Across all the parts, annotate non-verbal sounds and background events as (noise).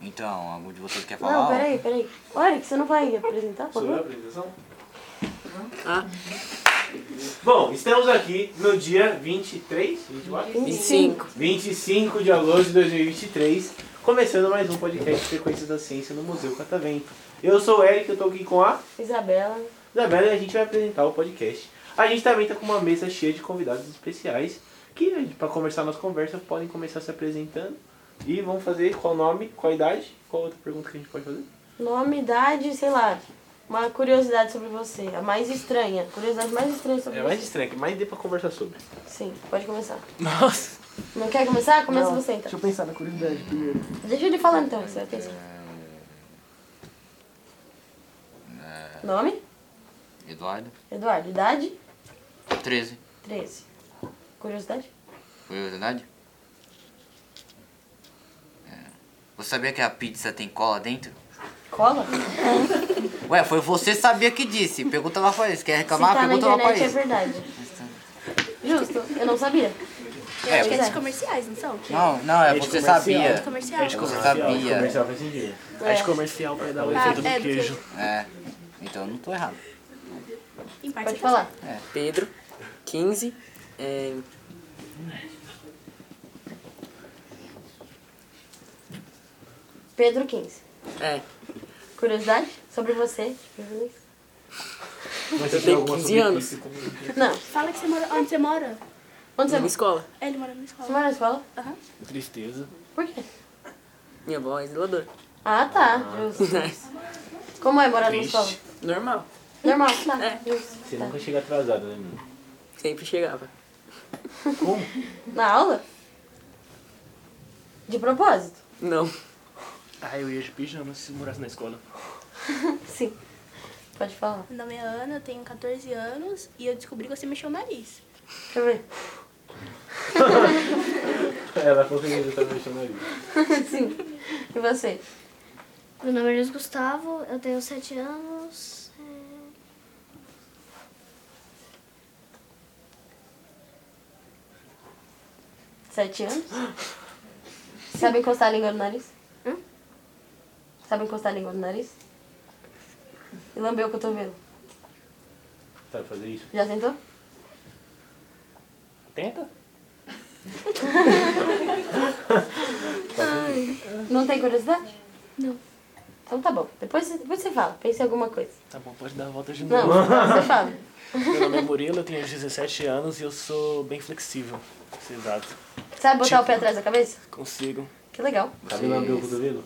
Então, algum de vocês quer falar? Não, peraí, peraí. Olha, que você não vai apresentar, por Sou eu a favor? apresentação? Ah. Bom, estamos aqui no dia 23, 24? 25. 25 de agosto de 2023, começando mais um podcast Frequências da Ciência no Museu Catavento. Eu sou o Eric, eu tô aqui com a Isabela. Isabela e a gente vai apresentar o podcast. A gente também tá com uma mesa cheia de convidados especiais que, para conversar nossa conversa, podem começar se apresentando e vão fazer qual nome, qual idade, qual outra pergunta que a gente pode fazer? Nome, idade, sei lá. Uma curiosidade sobre você. A mais estranha. Curiosidade mais estranha sobre É você. mais estranho, que mais dê pra conversar sobre. Sim, pode começar. Nossa! Não quer começar? Começa você então. Deixa eu pensar na curiosidade primeiro. Deixa ele falar então, você vai pensar. É. Nome? Eduardo, Eduardo. Idade? 13. 13. Curiosidade? Curiosidade? É. Você sabia que a pizza tem cola dentro? Cola? Ué, foi você sabia que disse. Pergunta lá pra eles. Quer reclamar? Se tá na Pergunta lá pra internet é eles. verdade. (laughs) Justo, eu não sabia. É, Acho que é pois de é. comerciais, não são? Que Não, não, é É de você comercial. sabia. de comercial. de Você Esse sabia. comercial faz sentido. É de comercial pra dar o Ah, efeito é, do do queijo. É. Então eu não tô errado. Em parte Pode você falar. Pedro, 15. É, Pedro 15. é, Curiosidade sobre você? Mas eu tenho 15 anos. Não. Fala que você mora. Onde você mora? Onde você, Minha escola. É, Ele mora na você escola. mora na escola? Tristeza. Por quê? Minha avó é zeladora. Ah, tá. Justo. Como é morar numa Triste. escola? Normal. Normal, tá. É. Justo. Você nunca chega atrasado, né, menino? Sempre chegava. Como? Na aula? De propósito? Não. Ah, eu ia de pijama se morasse (laughs) na escola. Sim. Pode falar. Meu nome é Ana, eu tenho 14 anos e eu descobri que você mexeu o nariz. Deixa eu ver. (laughs) Ela conseguiu estar mexendo ali. Sim. E você? Meu nome é Luiz Gustavo, eu tenho 7 anos. é, Sete anos? Sabe encostar a língua no nariz? Hum? Sabe encostar a língua no nariz? E lamber o cotovelo. Sabe fazer isso? Já tentou? Tenta. Não tem curiosidade? Não. Então tá bom. Depois, você- depois você fala. Pense em alguma coisa. Tá bom, pode dar a volta de Não, novo. você fala. Meu nome é Murilo, eu tenho 17 anos e eu sou bem flexível. Exato. Sabe botar o pé atrás da cabeça? Consigo. Que legal. Sabe lamber o cotovelo?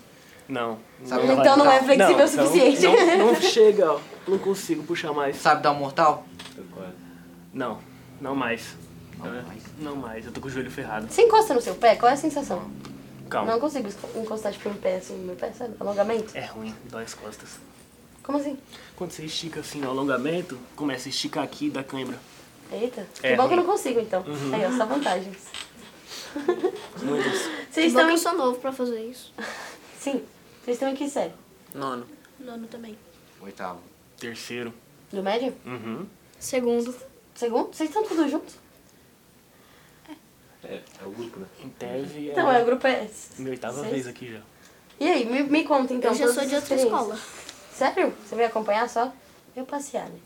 Não. Sabe não, dar- Então não é não, flexível não, o suficiente. Não, (laughs) não chega, ó. Não consigo puxar mais. Sabe dar um mortal? Tô quase. Não, não mais. Não mais. eu tô com o joelho ferrado. Você encosta no seu pé, qual é a sensação? Calma. Não consigo esco- encostar tipo um pé assim no meu pé, sabe? Alongamento. É ruim, dói as costas. Como assim? Quando você estica assim no alongamento, começa a esticar aqui e dá cãibra. Eita. É que bom que eu não ruim. Uhum. consigo então. Aí, ó, só vantagens. Muitos. Vocês bom estão que em... eu sou novo pra fazer isso. Sim. Vocês estão em que série? Nono. Nono também. Oitavo. Terceiro. Do médio? Uhum. Segundo. Segundo? Vocês estão tudo juntos? É, é o grupo, né? Em teve é Então, é o grupo é esse. minha oitava Seis. vez aqui já. E aí, me, me conta então. eu já todas sou de as outra experiências. escola. Sério? Você veio acompanhar só? Eu passear, né?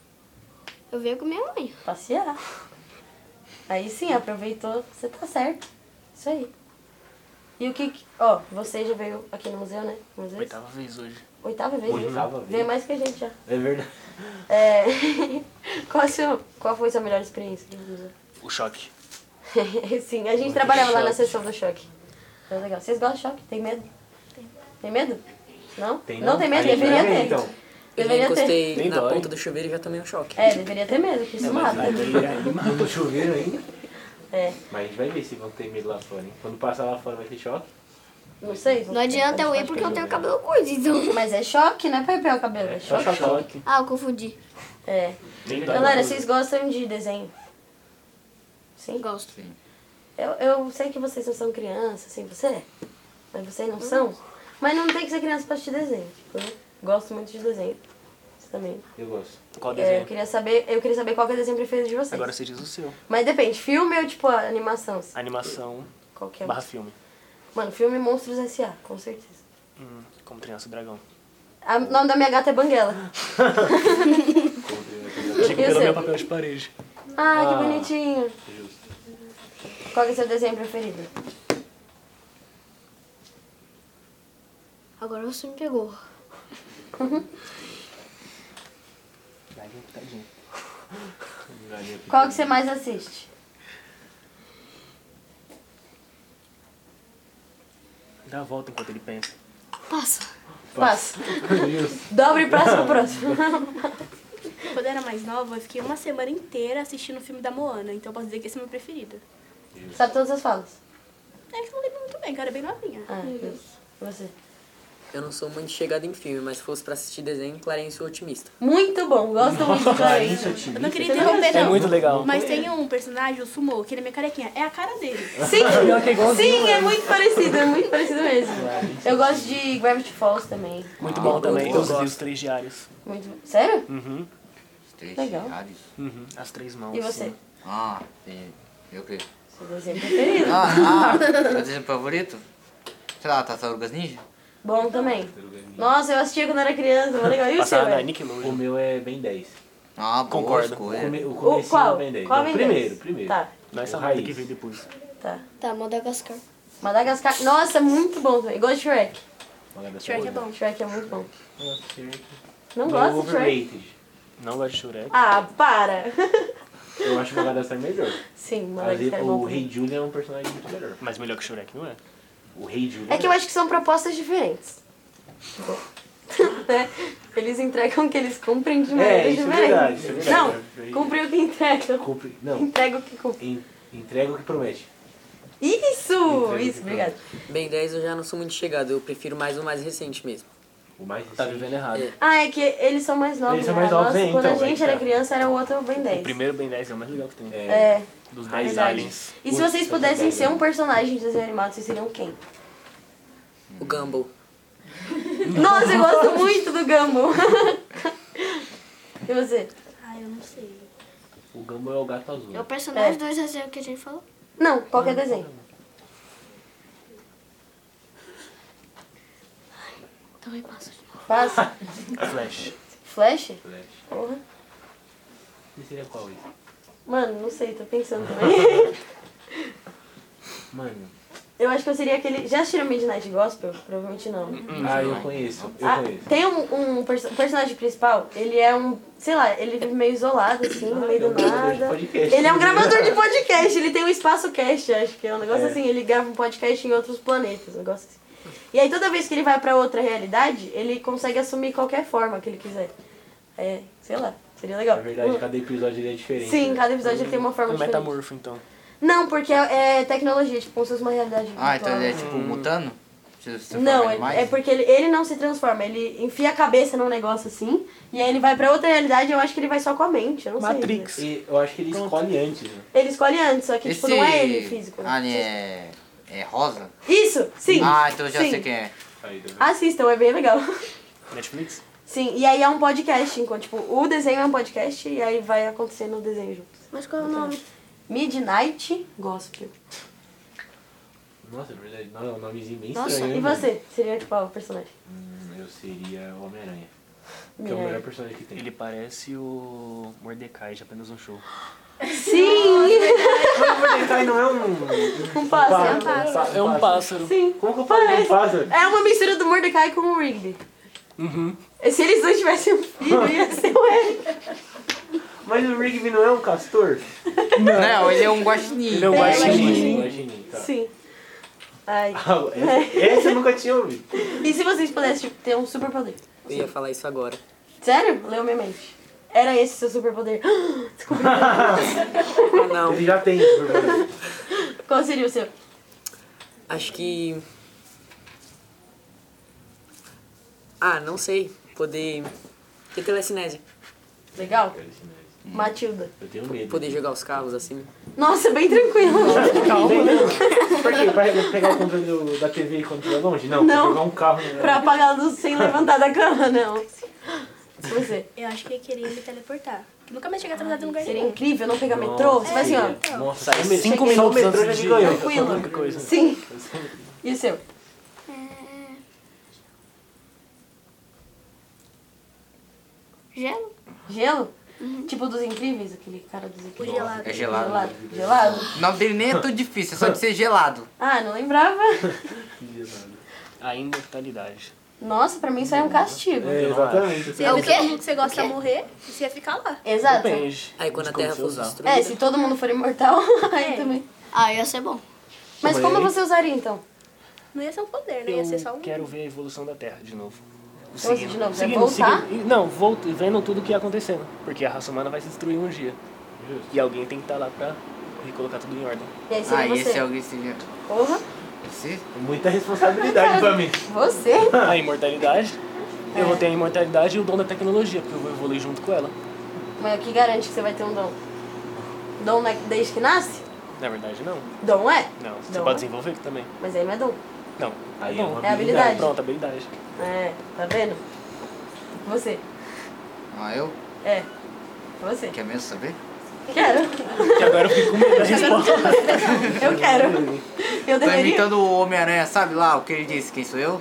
Eu venho com minha mãe. Passear. Aí sim, aproveitou. Você tá certo. Isso aí. E o que. que- Ó, você já veio aqui no museu, né? Uma vez? Oitava vez hoje. Oitava vez. né? Oitava vez. Veio mais que a gente já. É verdade. É. (laughs) qual, a sua- qual foi a sua melhor experiência aqui no museu? (laughs) O choque. Sim, a gente trabalhava lá na sessão do choque. Foi legal. Vocês gostam de choque? Tem medo? Tem medo? Não? não, tem medo? Aí, Deveria vai, ter. Então. Eu já Deveria ter. encostei Nem na dói. ponta do chuveiro e já tomei um choque. É, deveria ter medo, que isso mata. né? Não tô chovendo ainda. É, Mas a gente vai ver se vão ter medo lá fora, hein? Quando passar lá fora vai ter choque. não sei. Não adianta eu ir porque eu tenho cabelo curto, então. (laughs) Mas é choque, não é pra arrepiar o cabelo, é Só choque. choque. Ah, eu confundi. É. Tá Nem dói. Galera, vocês gostam de desenho? Sim? Gosto. Eu, eu sei que vocês não são crianças, assim, você é. Mas vocês não são. Mas não tem que ser criança pra assistir desenho. Tipo, né? Gosto muito de desenho. Você também. Eu gosto. Qual É, desenho? eu, queria saber, eu queria saber qual que é o desenho preferido de vocês. Agora você diz o seu. Mas depende, filme ou tipo a animação? assim? Animação Qual que é? barra filme. Mano, filme Monstros S.A., com certeza. Hum, como treinar seu dragão. A- O nome da minha gata é Banguela. Digo Eu pelo sei. meu papel de parede. Ah, que Ah. bonitinho. Justo. Qual que é o seu desenho preferido? Agora você me pegou. Galinha pitadinha. Qual que você mais assiste? Dá a volta enquanto ele pensa. Passa. Passo. (laughs) Dobre e passo pro próximo. Quando eu era mais nova, eu fiquei uma semana inteira assistindo o filme da Moana, então eu posso dizer que esse é meu preferido. Sabe todas as falas? É que eu não lembro muito bem, que eu era bem novinha. Ah, Deus. Você. Eu não sou muito chegada em filme, mas se fosse pra assistir desenho, Clarence o Otimista. Muito bom, gosto muito de Clarence. Eu não queria interromper, É não. muito legal. Mas tem um personagem, o Sumo, que ele é minha carequinha. É a cara dele. Sim, sim, é muito parecido, é muito parecido mesmo. Eu gosto de Gravity Falls também. Muito bom também. eu Eu vi gosto. os três diários. Muito... Sério? Uhum. Três Legal. reais. Uhum. As três mãos. E você? assim. Ah, sim. Eu creio. Seu desenho preferido? Ah, (laughs) ah, meu desenho favorito? Sei lá, Tartarugas Ninja? Bom também. Nossa, eu assistia quando era criança, mas legal. E o seu? Passava na Ed? O Nickelodeon. meu é bem 10. Ah, boa Concordo. escolha. O, come- o É. O, comecinho qual? é bem 10. Qual Não, vem primeiro, desse? primeiro. Tá, Não é O essa raiz. que veio depois. tá. Tá, Madagascar. Madagascar. Nossa, muito bom também. Gosto de Shrek. tá Shrek é bom. Shrek é muito bom. Shrek. Não Meio gosto de Shrek? overrated. Não gosto de Shurek. Ah, para! (laughs) Eu acho o Madagascar melhor. Sim, Mas ele- Madagascar é bom. o também. Rei Julian é um personagem muito melhor. Mas melhor que Shurek, não é? O Rei Julian. É que eu acho que são propostas diferentes. Né? eles entregam o que eles cumprem de maneira É, isso é diferente. verdade, isso é verdade. Não, cumprem o que entregam. Cumpre. Não. Entrega o que cumpre. en- Entrega o que promete. Isso! Entrega o que Isso, obrigado. Bem 10 eu já não sou muito chegado, eu prefiro mais o mais recente mesmo. O mais Tá recente. vivendo errado. É. Ah, é que eles são mais novos. Eles são né? mais novos, Nossa, é, quando então, a é gente que era tá. criança era o outro Ben 10. O primeiro Ben 10 é o mais legal que tem. É, Dos 10 verdade. aliens. E se vocês tá pudessem ser um personagem de desenho animado, vocês seriam quem? (laughs) O Hum. Gumball. Nossa, eu gosto muito do Gumball. (laughs) e você? Ai, eu não sei. um O Gumball é o gato azul. É o personagem É. do desenho que a gente falou? Não, qualquer desenho. Também passa. de novo. Passa. (laughs) Flash. Flash? Flash. Porra. E seria qual isso? Mano, não sei, tô pensando também. Mano. eu acho que eu seria aquele. Já assistiram Midnight Gospel? Provavelmente não. Ah, eu conheço. Eu Ah, conheço. tem um, um perso- o personagem principal, ele é um. Sei lá, ele vive meio isolado, assim, no meio do nada. Ele (laughs) é um gravador de podcast, ele tem um espaço cast, acho que é um negócio É. assim, ele grava um podcast em outros planetas, um negócio assim. E aí toda vez que ele vai pra outra realidade, ele consegue assumir qualquer forma que ele quiser. É, sei lá, seria legal. É Um, Na verdade, cada episódio ele é diferente. Sim, né? cada episódio ele tem uma forma Um diferente. metamorfo, então. Não, porque é, é tecnologia, tipo, como se fosse uma realidade virtual. Ah, então ele é tipo mutando? Se- se Hum. Não, transforma em ele- animais? é porque ele, ele não se transforma, ele enfia a cabeça num negócio assim, e aí ele vai pra outra realidade, eu acho que ele vai só com a mente, eu não sei. Matrix. E eu acho que ele escolhe antes, né? Ele escolhe antes, só que tipo, não é ele físico. Ah, ele é... é rosa? Isso, sim. Ah, então eu já sim. sei quem é. Aí, tá vendo? Ah. Assistam, é bem legal. (laughs) Netflix? Sim, e aí é um podcast, então, tipo, o desenho é um podcast e aí vai acontecendo o desenho juntos. Mas qual é o nome? Midnight Gospel. Nossa, é verdade. Não, é um nomezinho bem Nossa, estranho. E né? você? Seria qual personagem? Hum, eu seria o Homem-Aranha. Que é o melhor Mirai. personagem que tem. Ele parece o Mordecai de apenas um show. Sim! (laughs) Mas o Mordecai não é um... Um pássaro. É um pássaro. Sim. Como que eu falei um pássaro? É uma mistura do Mordecai com o Rigby. Uhum. Se eles dois tivessem um filho, ia ser o Eric. Mas o Rigby não é um castor? (laughs) Não, ele é um guaxinim. Ele é um É, baixinho. guaxinim. Guaxinim, tá. Sim. Ai. (laughs) Ah, essa, essa eu nunca tinha ouvido. E se vocês pudessem tipo, ter um superpoder? Eu ia falar isso agora. Sério? Leu minha mente. Era esse seu superpoder. (gasps) Desculpa. Ah, não. Ele já tem esse problema. Qual seria o seu? Acho que. Ah, não sei. Poder. Ter telecinese. Legal? Matilda. Eu tenho medo. Poder jogar os carros assim. Nossa, bem tranquilo. (laughs) Calma, né? Por quê? Pra pegar o controle do- da TV quando estiver longe? Não, pra Não. jogar um carro. né? pra apagar a luz sem levantar da cama, não. Você. Eu acho que eu queria me teleportar. Que nunca mais chegar atrasado em um lugar Seria nenhum. É, então. incrível não pegar metrô. Nossa, Você vai assim, ó. ó. Nossa, Sai só o metrô- cinco só o minutos metrô antes já de- me (laughs) ganhou. Tranquilo. Outra coisa. Sim. E o seu? é, Gelo? Gelo? Tipo dos incríveis, aquele cara dos O incríveis. gelado. É gelado. Gelado. Gelado? O nome dele nem é tão difícil, é só de ser gelado. Ah, não lembrava. A imortalidade. Nossa, pra mim isso aí é um castigo. É, exatamente. Você ia ver todo mundo que você gosta morrer e você ia ficar lá. É. Exato. Depende. Aí quando a de como Terra você fosse usar. destruída. É, se todo mundo for imortal, (laughs) aí É. também. Ah, ia ser bom. Mas Mas como aí- você usaria então? Não ia ser um poder, né? Ia ser só Eu um. quero ver a evolução da Terra de novo. Nossa, de novo, vai voltar? seguindo- não, volta, vendo tudo o que ia acontecendo. Porque a raça humana vai se destruir um dia. E alguém tem que estar lá pra recolocar tudo em ordem. (laughs) E aí seria Ah, você. esse é alguém se vira. Porra, Você? Muita responsabilidade pra mim. você? A imortalidade. Eu vou ter a imortalidade e o dom da tecnologia, porque eu vou evoluir junto com ela. Mas o que garante que você vai ter um dom? Dom na- desde que nasce? Na verdade, não. Dom é? Não, você Dom. pode desenvolver também. Mas aí não é dom. Não. Aí é uma É habilidade. Pronto, habilidade. É, tá vendo? Você. Ah, eu? É. Você. Quer mesmo saber? Quero. Que agora eu fico com medo da resposta. Eu quero. Eu Tá deveria. imitando o Homem-Aranha, sabe lá o que ele disse? Quem sou eu?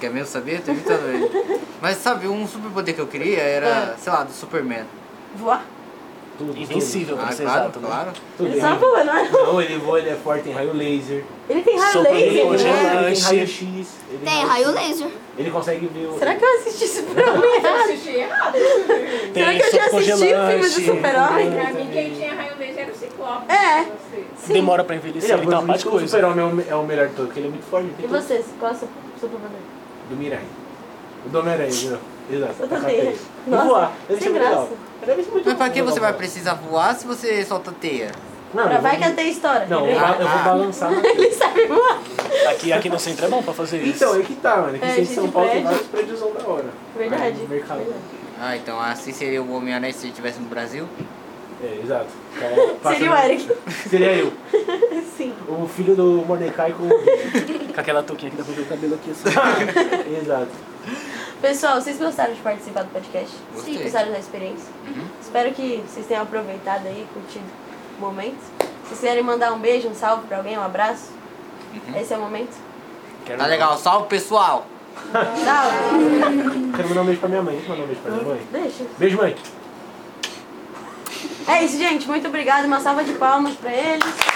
Quer mesmo saber? Tô imitando (laughs) ele. Mas sabe, um superpoder que eu queria Ah. era, sei lá, do Superman. Voar. Tudo, Invencível, pra Ah, ser claro, exato, né? claro. Tudo, Ele tudo só bem. voa, não é? Não, ele voa, ele é forte em raio laser. Ele tem raio Sopra é laser, né? ele, né? Ele tem raio X. ele- Tem raio laser. Ele consegue ver o. Será que eu assisti esse (laughs) programa errado? Será Tem que eu já soco assisti o filme congelante. do super-homem? Pra mim, quem tinha raio laser era o Ciclope. É. Sim. Demora pra Ele envelhecer, é então muito uma parte de O coisa. super-homem é o me- é o melhor de todos, porque ele é muito forte. E você, qual é o seu seu problema? Do Mirai. O do Homem-Aranha, entendeu? Exato. Eu tá também. capeta. E Nossa, voar. Deve sem ser muito legal. graça. Deve ser muito Mas pra que legal você vai voar. precisar voar se você solta teia? Não, Pra eu vai vou- que até história. (laughs) Não, eu, Ah, vou- eu vou ah. balançar. (laughs) na- Ele sabe voar. Aqui, aqui no centro é bom pra fazer isso. Então, é que tá, mano. Aqui É, em gente, São Paulo tem prédio. vários prédios da hora. Verdade. Aí, mercado. Verdade. Ah, então assim seria o Homem-Aranha se ele estivesse no Brasil? É, exato. (laughs) Cara, passa Seria o no- Eric. Seria (laughs) eu. Sim. O filho do Mordecai com o... Com aquela touquinha que dá pra ver o cabelo aqui assim. (laughs) Exato. Pessoal, vocês gostaram de participar do podcast? Gostei. Sim. Gostaram da experiência? Espero que vocês tenham aproveitado aí, curtido o momento. Se vocês quiserem mandar um beijo, um salve pra alguém, um abraço, esse é o momento. Quero- Tá legal, salve pessoal! Salve! Quero mandar um beijo pra minha mãe. Deixa eu mandar um beijo pra minha mãe. Deixa. Beijo, mãe. É isso, gente. Muito obrigada. Uma salva de palmas pra eles.